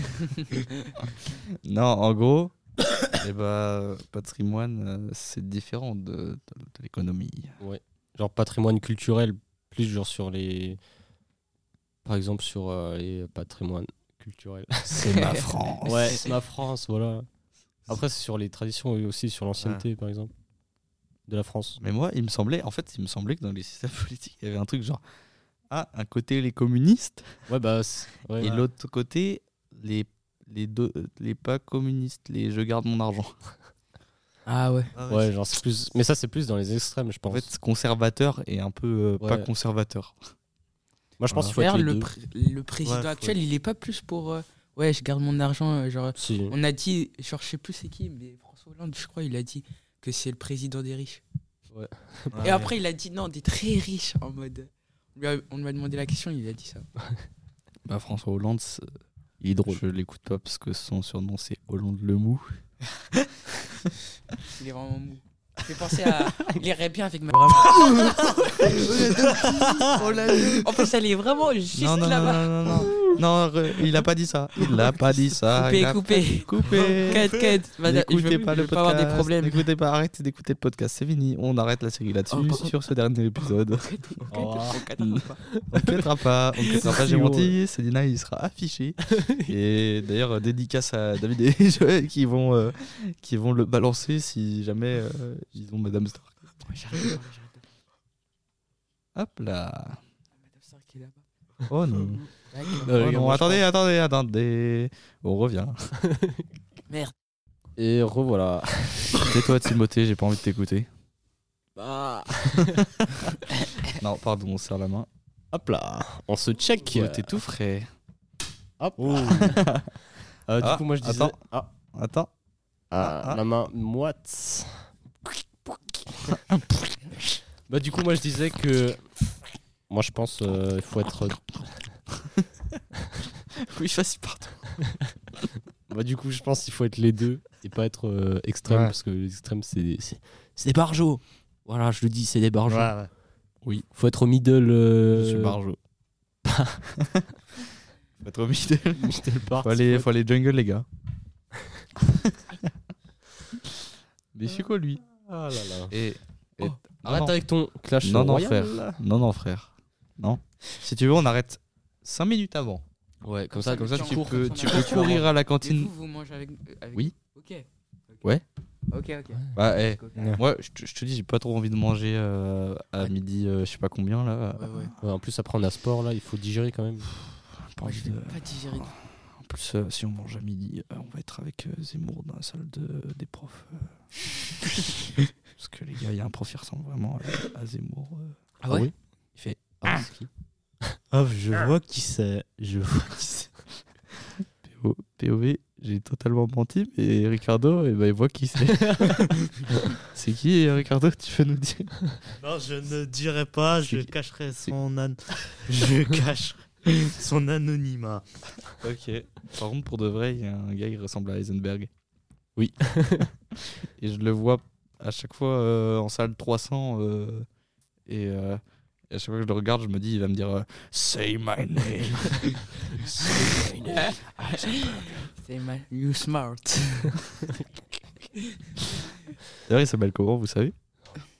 S1: non, en gros, eh bah, patrimoine, euh, c'est différent de, de- de l'économie.
S3: genre patrimoine culturel plus genre sur les par exemple sur euh, les patrimoines culturels
S1: C'est ma France.
S3: ouais c'est ma France voilà après c'est sur les traditions et aussi sur l'ancienneté par exemple de la France
S1: Mais moi, il me semblait, en fait, il me semblait que dans les systèmes politiques, il y avait un truc genre, ah, un côté les communistes
S3: ouais bah c'est- ouais.
S1: et l'autre côté les les deux, les pas communistes, les je garde mon argent.
S2: Ah ouais.
S3: ouais genre c'est plus mais ça c'est plus dans les extrêmes je pense
S1: En fait, conservateur et un peu euh, pas
S3: Ouais.
S1: conservateur.
S3: moi je pense qu'il faut
S2: D'ailleurs,
S3: être les
S2: le,
S3: deux.
S2: pré- le président
S4: Ouais, faut
S2: actuel, il est pas plus pour. euh, ouais, je garde mon argent. euh, genre,
S3: Si.
S2: on a dit, genre, je sais plus c'est qui, mais François Hollande, je crois, il a dit que c'est le président des riches. Et après, il a dit non, des très riches en mode. On lui a, on lui a demandé la question, il a dit ça.
S1: Bah, François Hollande, c'est- je l'écoute pas parce que son surnom c'est Hollande le mou.
S2: Il est vraiment mou. Je fais penser à. Il irait bien avec ma. en plus, elle est vraiment juste
S1: Non non non,
S2: là-bas.
S1: non non non Non, re- il a pas dit ça. Il a pas dit ça. il a-
S2: Coupé, coupé.
S1: Coupé.
S2: Cut, cut. Vas-y, je
S1: Ah, N'écoutez
S2: veux-
S1: pas
S2: je
S1: le
S2: veux pas avoir
S1: podcast.
S2: des problèmes.
S1: N'écoutez pas, arrêtez d'écouter le podcast. C'est fini. On arrête la série là-dessus
S2: Oh, pardon.
S1: sur ce dernier épisode.
S3: Oh.
S1: on ne quittera pas. On ne quittera pas. J'ai
S3: Si,
S1: menti. Célina, il sera affiché. Et d'ailleurs, euh, dédicace à David et Joël qui vont, euh, qui vont le balancer si jamais euh, ils ont Madame Stark. Hop là. Oh non.
S3: Euh,
S1: Oh
S3: regarde,
S1: non.
S3: moi, je
S1: Attendez, attendez, attendez. On revient.
S2: Merde.
S3: pense. et revoilà
S1: Tais-toi, Timothée. J'ai pas envie de t'écouter.
S2: Bah.
S1: Non, pardon. On serre la main.
S3: hop là on se check
S1: Qui était tout frais.
S3: Hop. Euh, du
S1: Oh. Ah,
S3: coup, moi je disais.
S1: attends.
S3: Ah,
S1: Attends.
S3: ah,
S1: ah.
S3: la main moite. bah, du coup, moi je disais que. Moi je pense euh, il faut être. euh,
S2: Oui, je passe partout.
S3: Bah, du coup, je pense qu'il faut être les deux et pas être euh, extrême
S4: Ouais.
S3: parce que les extrêmes c'est. c'est-
S5: C'est des barjots. Voilà, je le dis, c'est des barjots.
S3: Oui. Faut être middle. euh,
S1: Je suis barjo. Pas trop middle.
S3: middle part.
S1: Faut aller, faut aller jungle, les gars. Mais c'est quoi, lui
S3: Ah là là.
S1: Et. et-
S2: Oh,
S1: non,
S3: Arrête avec ton clash.
S1: non, non,
S3: royal.
S1: frère. Non, non, frère. Non. Si tu veux, on arrête 5 minutes avant.
S3: Ouais, comme
S2: ça,
S3: ça,
S1: Comme ça,
S2: tu
S1: tu
S2: cours,
S1: peux,
S2: on
S1: tu
S2: a-
S1: peux
S2: on a-
S1: courir à la
S2: Et vous,
S1: cantine.
S2: vous mangez avec, euh, avec-
S1: Oui.
S2: Ok. Ok.
S1: Ouais.
S2: Ok, ok.
S1: Bah, eh,
S2: Ok.
S4: Ouais.
S1: Moi, je te, je te dis, j'ai pas trop envie de manger euh, à midi, euh, je sais pas combien là.
S2: Ouais, ouais.
S3: Ouais, en plus, après, on a sport là, il faut digérer quand même.
S1: J'ai pas
S2: Moi,
S1: envie
S2: je vais
S1: de-
S2: pas digérer.
S1: En plus, euh, si on mange à midi, euh, on va être avec euh, Zemmour dans la salle de, des profs. euh. Parce que les gars, il y a un prof qui ressemble vraiment à, à Zemmour. euh.
S2: Ah ouais
S3: oui
S1: Il fait
S3: Ah, c'est qui
S4: Hop, je vois qui c'est. Je vois qui c'est.
S1: PO POV, j'ai totalement menti, mais Ricardo, eh ben, il voit qui c'est. c'est qui euh, Ricardo Tu peux nous dire
S4: Non, je ne dirai pas, je
S1: C'est-
S4: cacherai son an... je cacherai son anonymat.
S1: Ok. Par contre, pour de vrai, il y a un gars qui ressemble à Heisenberg.
S3: Oui.
S1: et je le vois à chaque fois euh, en salle 300. euh, et, euh, et à chaque fois que je le regarde, je me dis, il va me dire euh, Say my name. Say my name.
S2: Ah C'est mal. You smart.
S1: D'ailleurs, il s'appelle comment, vous savez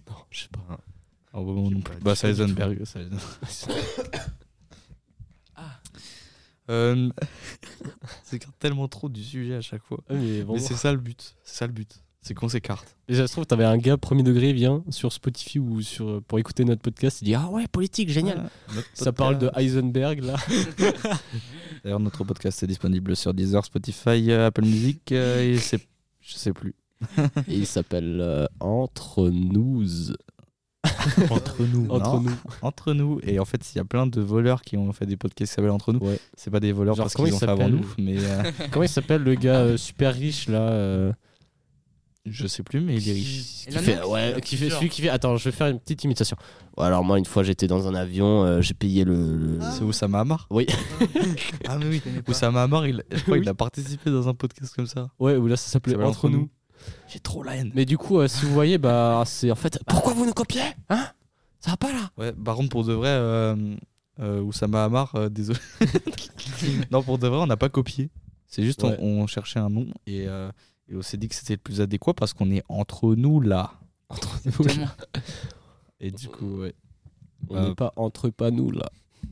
S3: Non, je sais pas.
S1: Ah, bah, non,
S4: J'ai
S1: non
S4: pas
S1: plus.
S4: du
S1: Bah, c'est
S4: tout, du
S1: Heisenberg. c'est Heisenberg.
S2: Ah.
S1: Euh, s'écarte tellement trop du sujet à chaque fois.
S3: Ah, mais bon.
S1: Mais c'est ça le but. C'est ça le but. C'est qu'on s'écarte.
S3: Et ça se trouve, t'avais un gars premier degré, il vient sur Spotify ou sur, pour écouter notre podcast, il dit Ah ouais, politique, génial Ça parle de Heisenberg là.
S1: D'ailleurs, notre podcast est disponible sur Deezer, Spotify, euh, Apple Music euh, et c'est. Je sais plus.
S3: Et il s'appelle euh, Entre nous.
S4: Entre nous.
S1: Oh.
S3: Entre
S1: Non.
S3: nous.
S1: Entre nous. Et en fait, il y a plein de voleurs qui ont fait des podcasts qui s'appellent Entre nous.
S3: Ouais.
S1: C'est pas des voleurs
S3: Genre,
S1: parce
S3: comment
S1: qu'ils
S3: il
S1: ont fait avant
S3: s'appelle
S1: nous, mais euh,
S3: Comment il s'appelle le gars euh, super riche là euh,
S1: je sais plus, mais il est riche.
S3: qui
S2: Elon
S3: fait,
S2: Musk
S3: ouais,
S4: Il y en a
S3: qui fait
S4: plusieurs.
S3: celui qui fait. Attends, je vais faire une petite imitation.
S5: Ouais, alors moi, une fois, j'étais dans un avion, euh, j'ai payé le. le-
S1: C'est Oussama Hamar
S5: Oui.
S1: ah, mais oui.
S2: connais pas.
S1: Oussama Hamar, il, je crois
S3: Oui.
S1: qu'il a participé dans un podcast comme ça.
S3: Ouais, ou là ça
S1: Ça
S3: s'appelait
S1: s'appelle
S3: Entre nous.
S1: J'ai trop la haine.
S3: Mais du coup, euh, si vous voyez, bah c'est en fait.
S5: Pourquoi vous nous copiez Hein Ça va pas là
S1: Ouais, par contre, pour de vrai, euh, euh, Oussama Hamar, euh, désolé. non, pour de vrai, on n'a pas copié. C'est juste, on-
S3: Ouais.
S1: on, cherchait un nom et, euh, et on s'est dit que c'était le plus adéquat parce qu'on est entre nous là.
S3: Entre
S2: Exactement.
S1: Et du coup, ouais.
S3: On n'est pas entre pas nous là.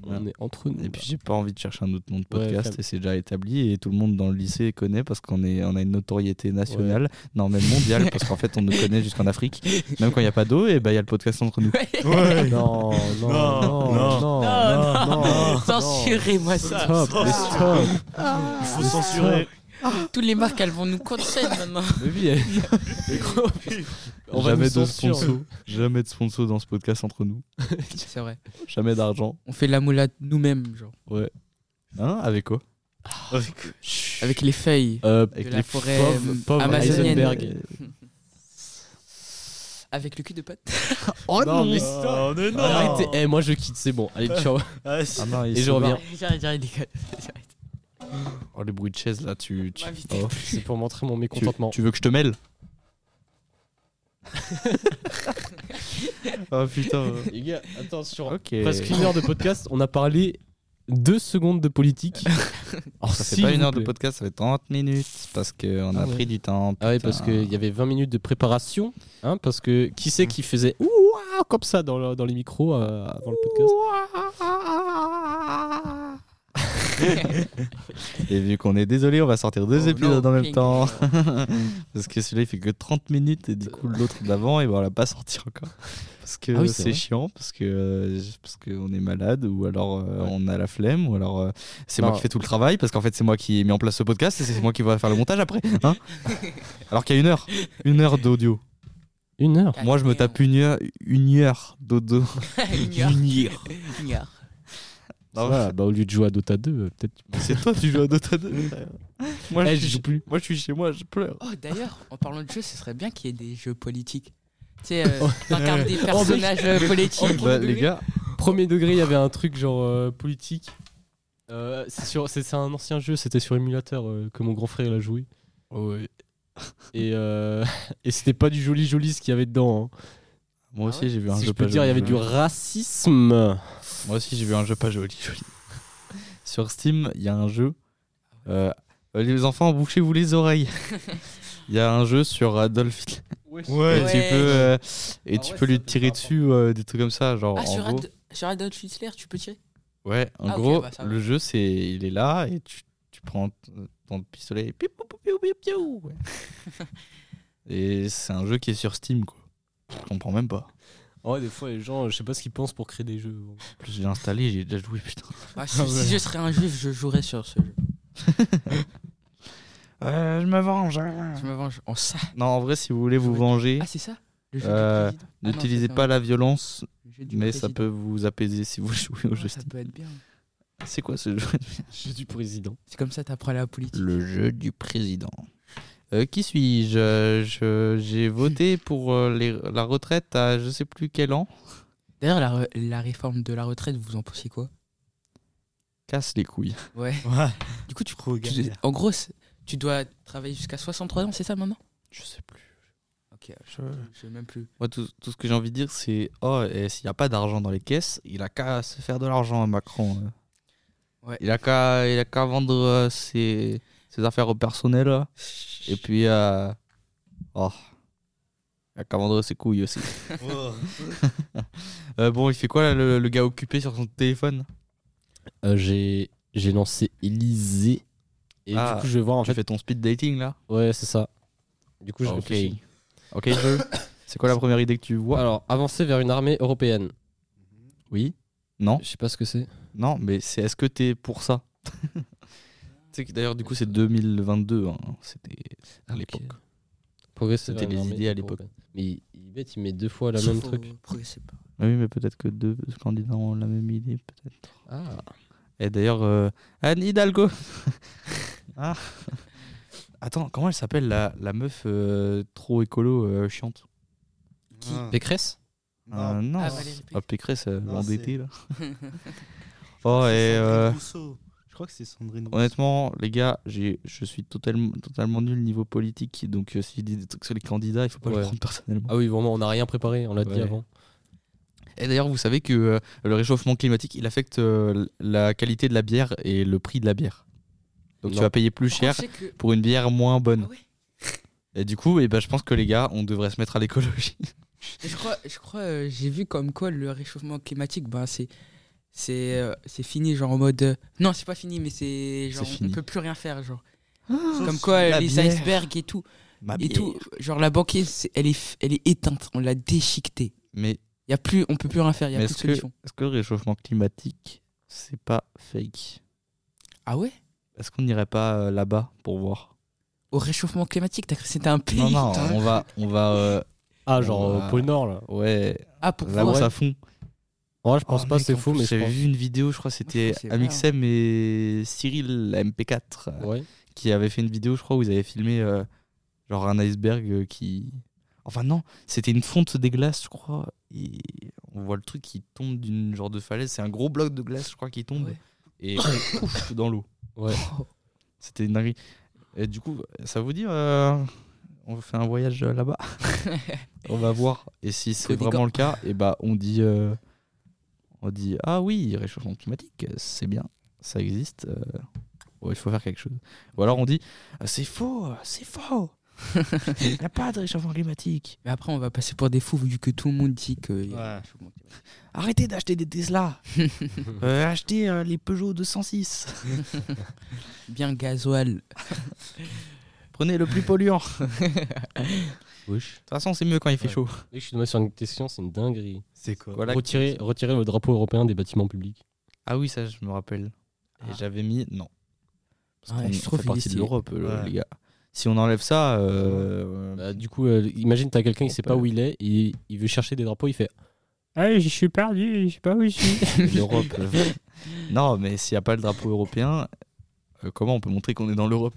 S3: On
S1: Ouais.
S3: est entre nous.
S1: Et
S3: là.
S1: puis, j'ai pas envie de chercher un autre nom de
S3: Ouais,
S1: podcast
S3: faible.
S1: et c'est déjà établi et tout le monde dans le lycée connaît parce qu'on est, on a une notoriété nationale, non, même mondiale, parce qu'en fait, on nous connaît jusqu'en Afrique. Même quand il n'y a pas d'eau, et bah, il y a le podcast entre nous.
S4: Ouais.
S3: Non, non, non,
S4: Non, non,
S3: non,
S4: Ah,
S2: non,
S3: non,
S2: Censurez-moi ça.
S3: Stop,
S4: Stop.
S3: mais stop.
S4: Il faut censurer.
S2: Toutes les marques, elles vont nous conseiller maintenant.
S3: Mais oui, elle- mais gros, on va
S1: Jamais
S3: nous
S1: de
S3: censurer.
S1: sponsor. Jamais de sponsor dans ce podcast entre nous.
S2: C'est vrai.
S1: Jamais d'argent.
S2: On fait la moulade nous-mêmes, genre.
S1: Hein Avec quoi
S2: Avec les feuilles.
S3: Euh,
S1: Avec
S2: de
S1: les
S2: la forêt
S3: pauvres-
S2: euh,
S3: pauvres
S2: amazonienne.
S3: Heisenberg.
S2: Avec le cul de patte.
S1: Oh
S3: non, mais
S4: Oh, non, mais non.
S3: Arrêtez. Eh, moi je quitte, c'est bon. Allez, ciao.
S4: Ah, si.
S1: Ah non, il se
S3: Et je
S1: barre.
S3: reviens.
S2: J'arrête, j'arrête, les gars. J'arrête.
S1: Oh, le bruit de chaise là, tu. tu...
S2: M'invitez
S1: Oh.
S3: C'est pour montrer mon
S1: Tu,
S3: mécontentement.
S1: tu veux que je te mêle Oh putain.
S3: Les gars, attends, sur
S1: Ok.
S3: presque une heure de podcast, on a parlé deux secondes de politique. Alors,
S1: Ça fait
S3: s'il
S1: pas une
S3: vous
S1: heure de
S3: plaît.
S1: podcast, ça fait 30 minutes parce qu'on a
S3: ouais.
S1: pris du temps.
S3: Ah oui, parce
S1: putain.
S3: qu'il y avait 20 minutes de préparation. Hein, parce que qui c'est qui faisait ouah comme ça dans, le- dans les micros euh, avant le podcast
S1: Et vu qu'on est désolé, on va sortir deux
S2: Oh,
S1: épisodes
S2: no,
S1: en même
S2: pink.
S1: temps. parce que celui-là il fait que 30 minutes et du coup l'autre d'avant, et ben, on l'a pas sorti encore. Parce que
S3: Ah oui, c'est
S1: c'est
S3: vrai.
S1: chiant, parce que euh, parce qu'on est malade, ou alors euh, on a la flemme, ou alors euh, c'est moi
S3: Non.
S1: qui fais tout le travail, parce qu'en fait c'est moi qui ai mis en place ce podcast et c'est moi qui va faire le montage après. hein. alors qu'il y a une heure, une heure d'audio.
S3: Une heure.
S2: Ah,
S1: Moi je me tape une heure, une heure d'audio.
S2: Ignore. Ignore.
S1: Non,
S3: Ça va, bah, au lieu de jouer à Dota 2, euh, peut-être.
S1: mais C'est toi, tu joues à Dota 2. moi,
S3: Eh,
S1: je
S3: je
S1: suis,
S3: joue plus.
S1: moi, je suis chez moi, je pleure.
S2: Oh, d'ailleurs, en parlant de jeux, ce serait bien qu'il y ait des jeux politiques. Tu sais, euh, t'incarnes des
S3: mais-
S2: personnages euh, politiques.
S1: Bah, les gars,
S3: Premier degré, il y avait un truc genre euh, politique. Euh, c'est sur- c'est c'est un ancien jeu, c'était sur émulateur euh, que mon grand frère il a joué. Oh Et, euh, et c'était pas du joli joli ce qu'il y avait dedans. hein.
S1: moi aussi, j'ai vu un
S3: si
S1: jeu
S3: je peux
S1: pas
S3: dire, il y avait
S1: joli.
S3: du racisme.
S1: Moi aussi, j'ai vu un jeu pas joli. joli. Sur Steam, il y a un jeu. euh, euh, les enfants, bouchez-vous les oreilles. Il y a un jeu sur Adolf Hitler.
S4: Ah,
S1: Et
S2: Ouais.
S1: tu peux, euh, et
S3: Ah
S1: tu
S3: ouais,
S1: peux
S3: ça
S1: lui
S3: fait
S1: tirer
S3: pas
S1: dessus euh, des trucs comme ça. Genre,
S2: Ah,
S1: en
S2: sur,
S1: gros,
S2: Ad- sur Adolf Hitler, tu peux tirer
S1: Ouais, en
S2: Ah, ok,
S1: gros,
S2: bah, ça va.
S1: le jeu, c'est il est là et tu, tu prends t- ton pistolet et piou, piou, piou, piou, piou, ouais. Et c'est un jeu qui est sur Steam, quoi. Je comprends même pas.
S3: Ouais, des fois, les gens, je sais pas ce qu'ils pensent pour créer des jeux. bon.
S1: En plus, j'ai installé, j'ai déjà joué, putain.
S2: Ah, si, si je serais un juif, je jouerais sur ce jeu.
S1: Euh, je me venge. hein.
S2: Je me venge en ça.
S1: Non, en vrai, si vous voulez vous
S2: J'aurais
S1: venger,
S2: Ah, c'est ça Le jeu
S1: Euh,
S2: du président. Ah non,
S1: n'utilisez
S2: c'est
S1: pas
S2: un-
S1: la violence,
S2: le jeu du
S1: mais ça
S2: président.
S1: peut vous apaiser si vous jouez au
S2: Ouais,
S1: jeu
S2: ça
S1: Steam.
S2: peut être bien.
S1: C'est quoi ce jeu
S3: Jeu du président.
S2: C'est comme ça t'apprends la politique.
S1: Le jeu du président. Euh, qui suis-je Euh, je- J'ai voté pour euh, les- la retraite à je sais plus quel an.
S2: D'ailleurs, la, re- la réforme de la retraite, vous en pensez quoi
S1: Casse les couilles.
S2: Ouais.
S4: Ouais,
S2: Du coup, tu,
S4: trop
S2: tu-
S4: galère.
S2: en gros, c'est- tu dois travailler jusqu'à 63 ans, c'est ça maintenant
S1: Je sais plus.
S2: Ok, je, je sais même plus.
S1: Moi, tout, tout ce que j'ai envie de dire, c'est Oh, et s'il n'y a pas d'argent dans les caisses, il a qu'à se faire de l'argent à Macron. hein.
S2: Ouais.
S1: Il a qu'à il a qu'à vendre euh, ses, ses affaires au personnel. là. Et puis. euh, Oh. Il a qu'à vendre ses couilles aussi.
S4: Oh.
S1: Euh, bon, il fait quoi là, le, le gars occupé sur son téléphone
S3: Euh, j'ai j'ai lancé Élysée. Et
S1: Ah,
S3: du coup, je vais voir en
S1: Tu
S3: fait.
S1: fais ton speed dating là Ah,
S3: Ouais, c'est ça. Du coup, je
S1: Ok.
S3: réfléchis.
S1: Ok, Euh, jeu. C'est quoi la première idée que tu vois
S3: Alors, avancer vers une armée européenne.
S1: Oui. Non
S3: Je sais pas ce que c'est.
S1: Non, mais c'est est-ce que t'es pour ça Tu sais que d'ailleurs, du coup, c'est 2022. hein. C'était à l'époque.
S3: Progresser
S1: C'était
S3: vers une
S1: les
S3: armée
S1: idées à
S3: européenne.
S1: l'époque.
S3: Mais il, il bête, il met deux fois la
S2: Ça,
S3: même
S2: faut
S3: truc.
S2: progresser pas.
S1: Ah Oui, mais peut-être que deux candidats ont la même idée, peut-être.
S3: Ah.
S1: Et d'ailleurs, euh, Anne Hidalgo Ah. Attends, comment elle s'appelle la, la meuf euh, trop écolo euh, chiante
S2: Qui
S4: Ah.
S3: Pécresse
S1: Euh,
S4: Non,
S1: Non,
S2: Ah,
S1: c'est-
S2: Valérie Pécresse.
S1: ah, Pécresse,
S4: Non,
S1: l'endettée là.
S4: c'est
S1: oh, et
S4: Sandrine
S1: euh,
S4: Rousseau. Je crois que c'est Sandrine Rousseau.
S1: honnêtement, les gars, j'ai- je suis totalement, totalement nul niveau politique, donc euh, si je dis des trucs sur les candidats, il faut pas le
S3: Ouais.
S1: prendre personnellement.
S3: Ah oui, vraiment, on n'a rien préparé, on l'a
S1: Ouais.
S3: dit avant.
S1: Et d'ailleurs, vous savez que euh, le réchauffement climatique, il affecte euh, la qualité de la bière et le prix de la bière. Donc tu
S3: Non.
S1: vas payer plus
S2: Oh,
S1: cher
S2: je sais que-
S1: pour une bière moins bonne.
S2: Ah ouais
S1: Et du coup, eh ben, je pense que les gars, on devrait se mettre à l'écologie.
S2: Mais je crois, je crois euh, j'ai vu comme quoi le réchauffement climatique, ben c'est. C'est euh, c'est fini, genre en mode. euh, Non, c'est pas fini, mais c'est. Genre,
S1: C'est
S2: on
S1: fini.
S2: peut plus rien faire, genre.
S4: Sauf
S2: Comme
S4: si-
S2: quoi,
S1: la
S2: les
S1: bière.
S2: icebergs et tout.
S3: Bah,
S2: Et tout. Genre, la banquise, c'est- elle est, f- elle est éteinte, on l'a déchiquetée.
S1: Mais,
S2: Y a plus, on peut plus rien faire, y a
S1: mais
S2: plus de
S1: est-ce que,
S2: solution.
S1: est-ce que le réchauffement climatique, c'est pas fake
S2: Ah ouais
S1: Est-ce qu'on n'irait pas euh, là-bas pour voir
S2: Au réchauffement climatique, t'as cru que c'était un pays
S1: Non, non,
S2: toi
S1: on va, on va, euh,
S3: Ah,
S1: genre,
S3: genre
S1: euh,
S3: Pôle Nord là.
S1: ouais,
S2: Ah, pour
S1: là
S2: pouvoir.
S1: où ça fond.
S3: Ouais, je pense
S1: Oh,
S3: pas,
S1: mec,
S3: c'est
S1: en
S3: faux,
S1: plus,
S3: mais je
S1: j'avais
S3: pense.
S1: vu une vidéo, je crois, c'était
S2: que c'est vrai,
S1: Amixem et Cyril MP4 euh,
S3: Ouais.
S1: qui avaient fait une vidéo, je crois, où ils avaient filmé euh, genre un iceberg euh, qui. Enfin, non, c'était une fonte des glaces, je crois. Et on voit le truc qui tombe d'une genre de falaise. C'est un gros bloc de glace, je crois, qui tombe
S2: Ouais.
S1: et pouf, dans l'eau.
S3: Ouais.
S1: C'était une dinguerie. Et du coup, ça vous dit, euh, on fait un voyage euh, là-bas On va voir. Et si c'est
S2: des
S1: vraiment
S2: gants.
S1: le cas, et bah on dit, euh, on dit ah oui, réchauffement climatique, c'est bien, ça existe. euh, ouais, il faut faire quelque chose. Ou alors on dit Ah, c'est faux, c'est faux. Il n'y a pas de réchauffement climatique.
S2: Mais après, on va passer pour des fous vu que tout le monde dit que. y a un
S4: Ouais.
S2: réchauffement climatique.
S1: Arrêtez d'acheter des Tesla. Euh, achetez euh, les Peugeot 206.
S2: Bien gasoil.
S1: Prenez le plus polluant. De toute façon, c'est mieux quand il fait
S3: Ouais.
S1: chaud.
S3: Et je suis tombé sur une question, c'est une dinguerie.
S4: C'est quoi
S1: Voilà.
S3: Retirer, retirer le drapeau européen des bâtiments publics.
S1: Ah oui, ça, je me rappelle.
S2: Ah.
S1: Et j'avais mis non. Parce
S2: Ouais,
S1: qu'on
S2: je trouve
S1: fait
S2: il
S1: partie
S2: est-
S1: de l'Europe, euh,
S4: Ouais.
S1: les gars. Si on enlève ça, euh,
S3: Bah, du coup, euh, imagine, t'as quelqu'un, il sait pas où il est, et il veut chercher des drapeaux, il fait Ah, je suis perdu, je sais pas où je suis.
S1: l'Europe, euh, Non, mais s'il n'y a pas le drapeau européen, euh, comment on peut montrer qu'on est dans l'Europe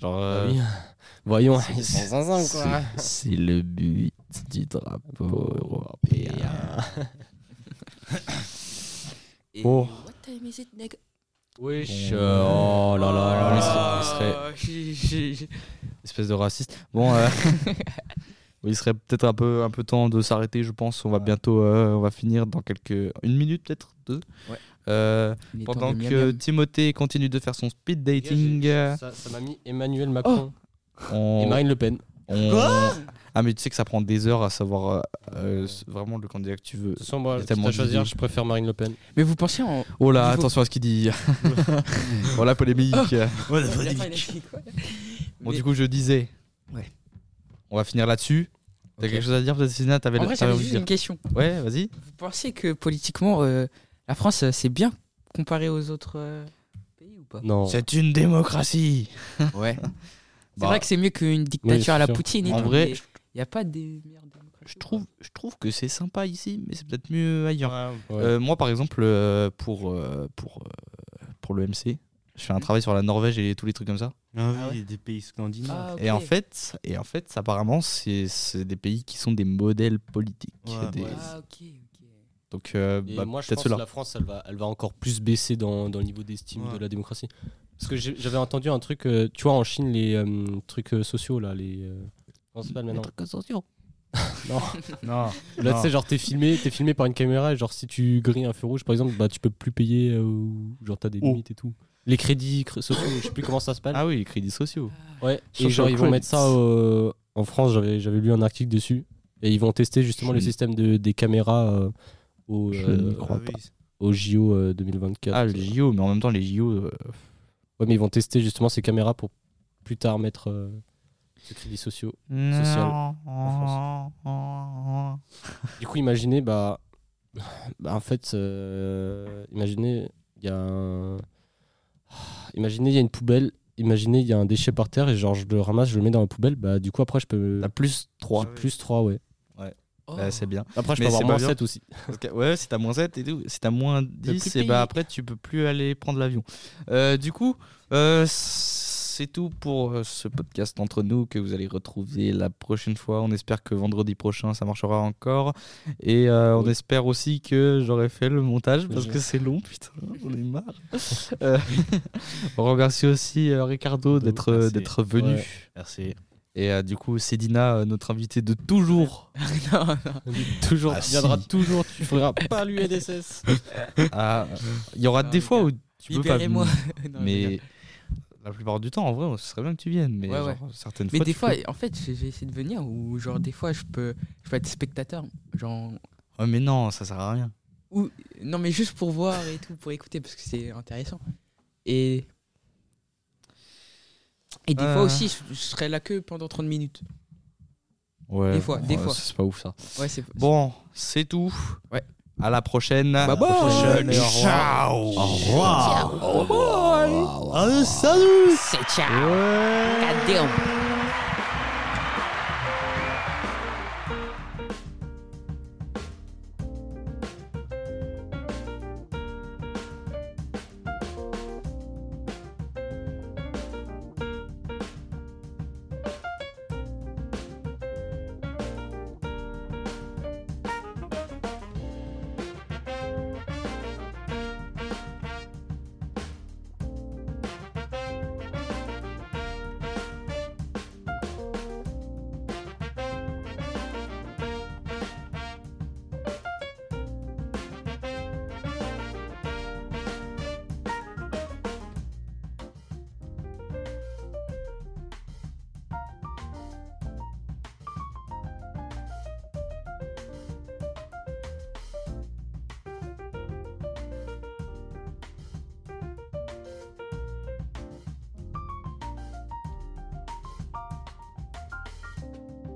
S1: Genre, euh,
S3: ah Oui. Voyons.
S5: C'est zinzin, quoi.
S1: c'est- c'est le but du drapeau européen.
S2: Et-
S1: Oh.
S6: What time is it, nigga?
S3: Wesh. euh, Oh là là là là.
S1: Il serait-
S2: Oh, J'ai- j'ai- j'ai-
S1: Espèce de raciste. Bon, euh, oui, il serait peut-être un peu, un peu temps de s'arrêter, je pense. On va bientôt, euh, on va finir dans quelques, une minute peut-être, deux.
S3: Ouais.
S1: Euh,
S2: Il est temps
S1: pendant
S2: de miam
S1: que
S2: miam.
S1: Timothée continue de faire son speed dating, euh, Oh.
S3: Ça ça m'a mis Emmanuel Macron et
S1: on,
S3: Marine Le Pen.
S1: on- ah mais tu sais que ça prend des heures à savoir euh, euh, vraiment le candidat que tu veux.
S3: De toute façon,
S1: Il
S3: moi,
S1: y a
S3: quitte
S1: tellement
S3: à
S1: de
S3: choisir,
S1: vidéos.
S3: je préfère Marine Le Pen.
S2: Mais vous pensez en.
S1: Oh là,
S2: Il faut-
S1: attention à ce qu'il dit. oh la polémique.
S4: Ouais, la
S2: La
S4: vraie
S2: fin,
S4: vie.
S2: il a dit quoi
S1: Bon,
S2: Mais-
S1: du coup, je disais.
S2: Ouais.
S1: On va finir là-dessus. T'as
S2: Ok.
S1: quelque chose à dire, peut-être, Céline T'avais
S2: En vrai,
S1: t'avais
S2: j'avais hein.
S1: envie de
S2: juste une
S1: dire.
S2: question.
S1: Ouais, vas-y.
S2: Vous pensez que politiquement, euh, la France, euh, c'est bien comparé aux autres euh, pays ou pas
S3: Non.
S1: C'est une démocratie.
S2: Ouais. C'est
S1: Bah,
S2: vrai que c'est mieux qu'une
S3: Oui, c'est
S2: dictature à la
S3: sûr.
S2: Poutine.
S1: En vrai,
S2: il n'y a pas des meilleures démocraties.
S1: Je trouve, je trouve que c'est sympa ici, mais c'est peut-être mieux ailleurs.
S3: Ouais.
S1: Euh, moi, par exemple, euh, pour, euh, pour, euh, pour le MC, je fais un travail sur la Norvège et tous les trucs comme ça.
S4: Ah
S2: Ah
S4: oui,
S2: ouais.
S4: il y a des pays scandinaves.
S2: Ah,
S1: Et en
S2: ok.
S1: fait, et en fait, apparemment, c'est c'est des pays qui sont des modèles politiques.
S4: Ouais,
S1: des-
S4: ouais.
S2: Ah, ok, ok.
S1: Donc, euh,
S3: Et
S1: bah,
S3: moi, je
S1: peut-être
S3: pense que
S1: cela.
S3: la France, elle va, elle va encore plus baisser dans, dans le niveau d'estime
S4: Ouais.
S3: de la démocratie. Parce que j'ai- j'avais entendu un truc, euh, tu vois, en Chine, les euh, trucs euh, sociaux, là, les. euh, comment ça s'appelle maintenant
S1: Non.
S3: Là, tu sais, genre, t'es filmé, t'es filmé par une caméra, et genre, si tu grilles un feu rouge, par exemple, bah, tu peux plus payer, euh, ou genre, t'as des
S1: Oh.
S3: limites et tout. Les crédits cr- sociaux, je sais plus comment ça s'appelle.
S1: Ah oui, les crédits sociaux.
S3: ouais, et
S1: social
S3: genre, ils vont
S1: credits.
S3: mettre ça euh, en France, j'avais j'avais lu un article dessus, et ils vont tester justement
S1: Je
S3: le
S1: ne-
S3: système de, des caméras euh, au,
S1: Je
S3: euh,
S1: ne
S4: Ah
S1: crois
S4: oui,
S3: au JO euh, 2024.
S1: Ah, les JO, mais en même temps, les JO, euh,
S3: Ouais, mais ils vont tester justement ces caméras pour plus tard mettre euh, ces crédits sociaux. Social, Ah. Du coup, imaginez, bah, bah en fait, euh, imaginez, il y a un... Imaginez, il y a une poubelle. Imaginez, il y a un déchet par terre et genre, je le ramasse, je le mets dans la poubelle. Bah, du coup, après, je peux.
S1: T'as plus 3.
S4: Ah oui.
S3: Plus 3, ouais.
S2: Oh.
S1: Bah, c'est bien.
S3: Après, je
S1: Mais
S3: peux avoir
S1: c'est
S3: moins
S1: pas bien.
S3: 7 aussi.
S1: Parce que, ouais, si t'as moins 7 et tout, si t'as moins
S2: plus
S1: 10, et
S2: payer.
S1: bah après tu peux plus aller prendre l'avion. Euh, du coup, euh, c'est tout pour euh, ce podcast entre nous que vous allez retrouver la prochaine fois. On espère que vendredi prochain ça marchera encore. Et euh, on
S3: Oui.
S1: espère aussi que j'aurai fait le montage parce
S3: Je-
S1: que c'est long, putain, on est marre. Euh, on remercie aussi euh, Ricardo d'être euh,
S4: merci.
S1: d'être venu.
S3: Ouais.
S4: Merci.
S1: Et euh, du coup, Cédina, euh, notre invitée de toujours.
S2: non, non.
S3: toujours,
S1: Ah,
S3: tu viendras
S1: si.
S3: toujours, tu feras pas l'UNSS.
S1: Ah, Il y aura
S2: Non,
S1: des
S2: les
S1: fois
S2: gars.
S1: où tu peux pas venir.
S2: Libérez-moi. Non, je
S1: mais
S2: rigole.
S1: la plupart du temps, en vrai, ce serait bien que tu viennes. Mais
S2: Ouais, ouais.
S1: genre, certaines
S2: Mais
S1: fois.
S2: des
S1: tu
S2: fois,
S1: peux-
S2: en fait, j'ai j'ai essayé de venir ou genre des fois je peux, je peux être spectateur, genre
S1: Ouais, mais non, ça sert à rien.
S2: ou non mais juste pour voir et tout, pour écouter parce que c'est intéressant. Et et des fois
S1: Euh.
S2: aussi, je, je serai là que pendant 30 minutes.
S1: Ouais.
S2: Des fois, des fois.
S1: C'est pas ouf ça.
S2: Ouais, c'est
S1: Bon, c'est tout.
S2: Ouais.
S1: À la prochaine.
S2: Bah, bon.
S1: prochaine.
S4: Ciao.
S1: Ciao.
S4: Au revoir. Ah,
S6: Ciao.
S4: Allez, salut
S2: c'est ciao.
S1: Ouais.
S2: Goddamn.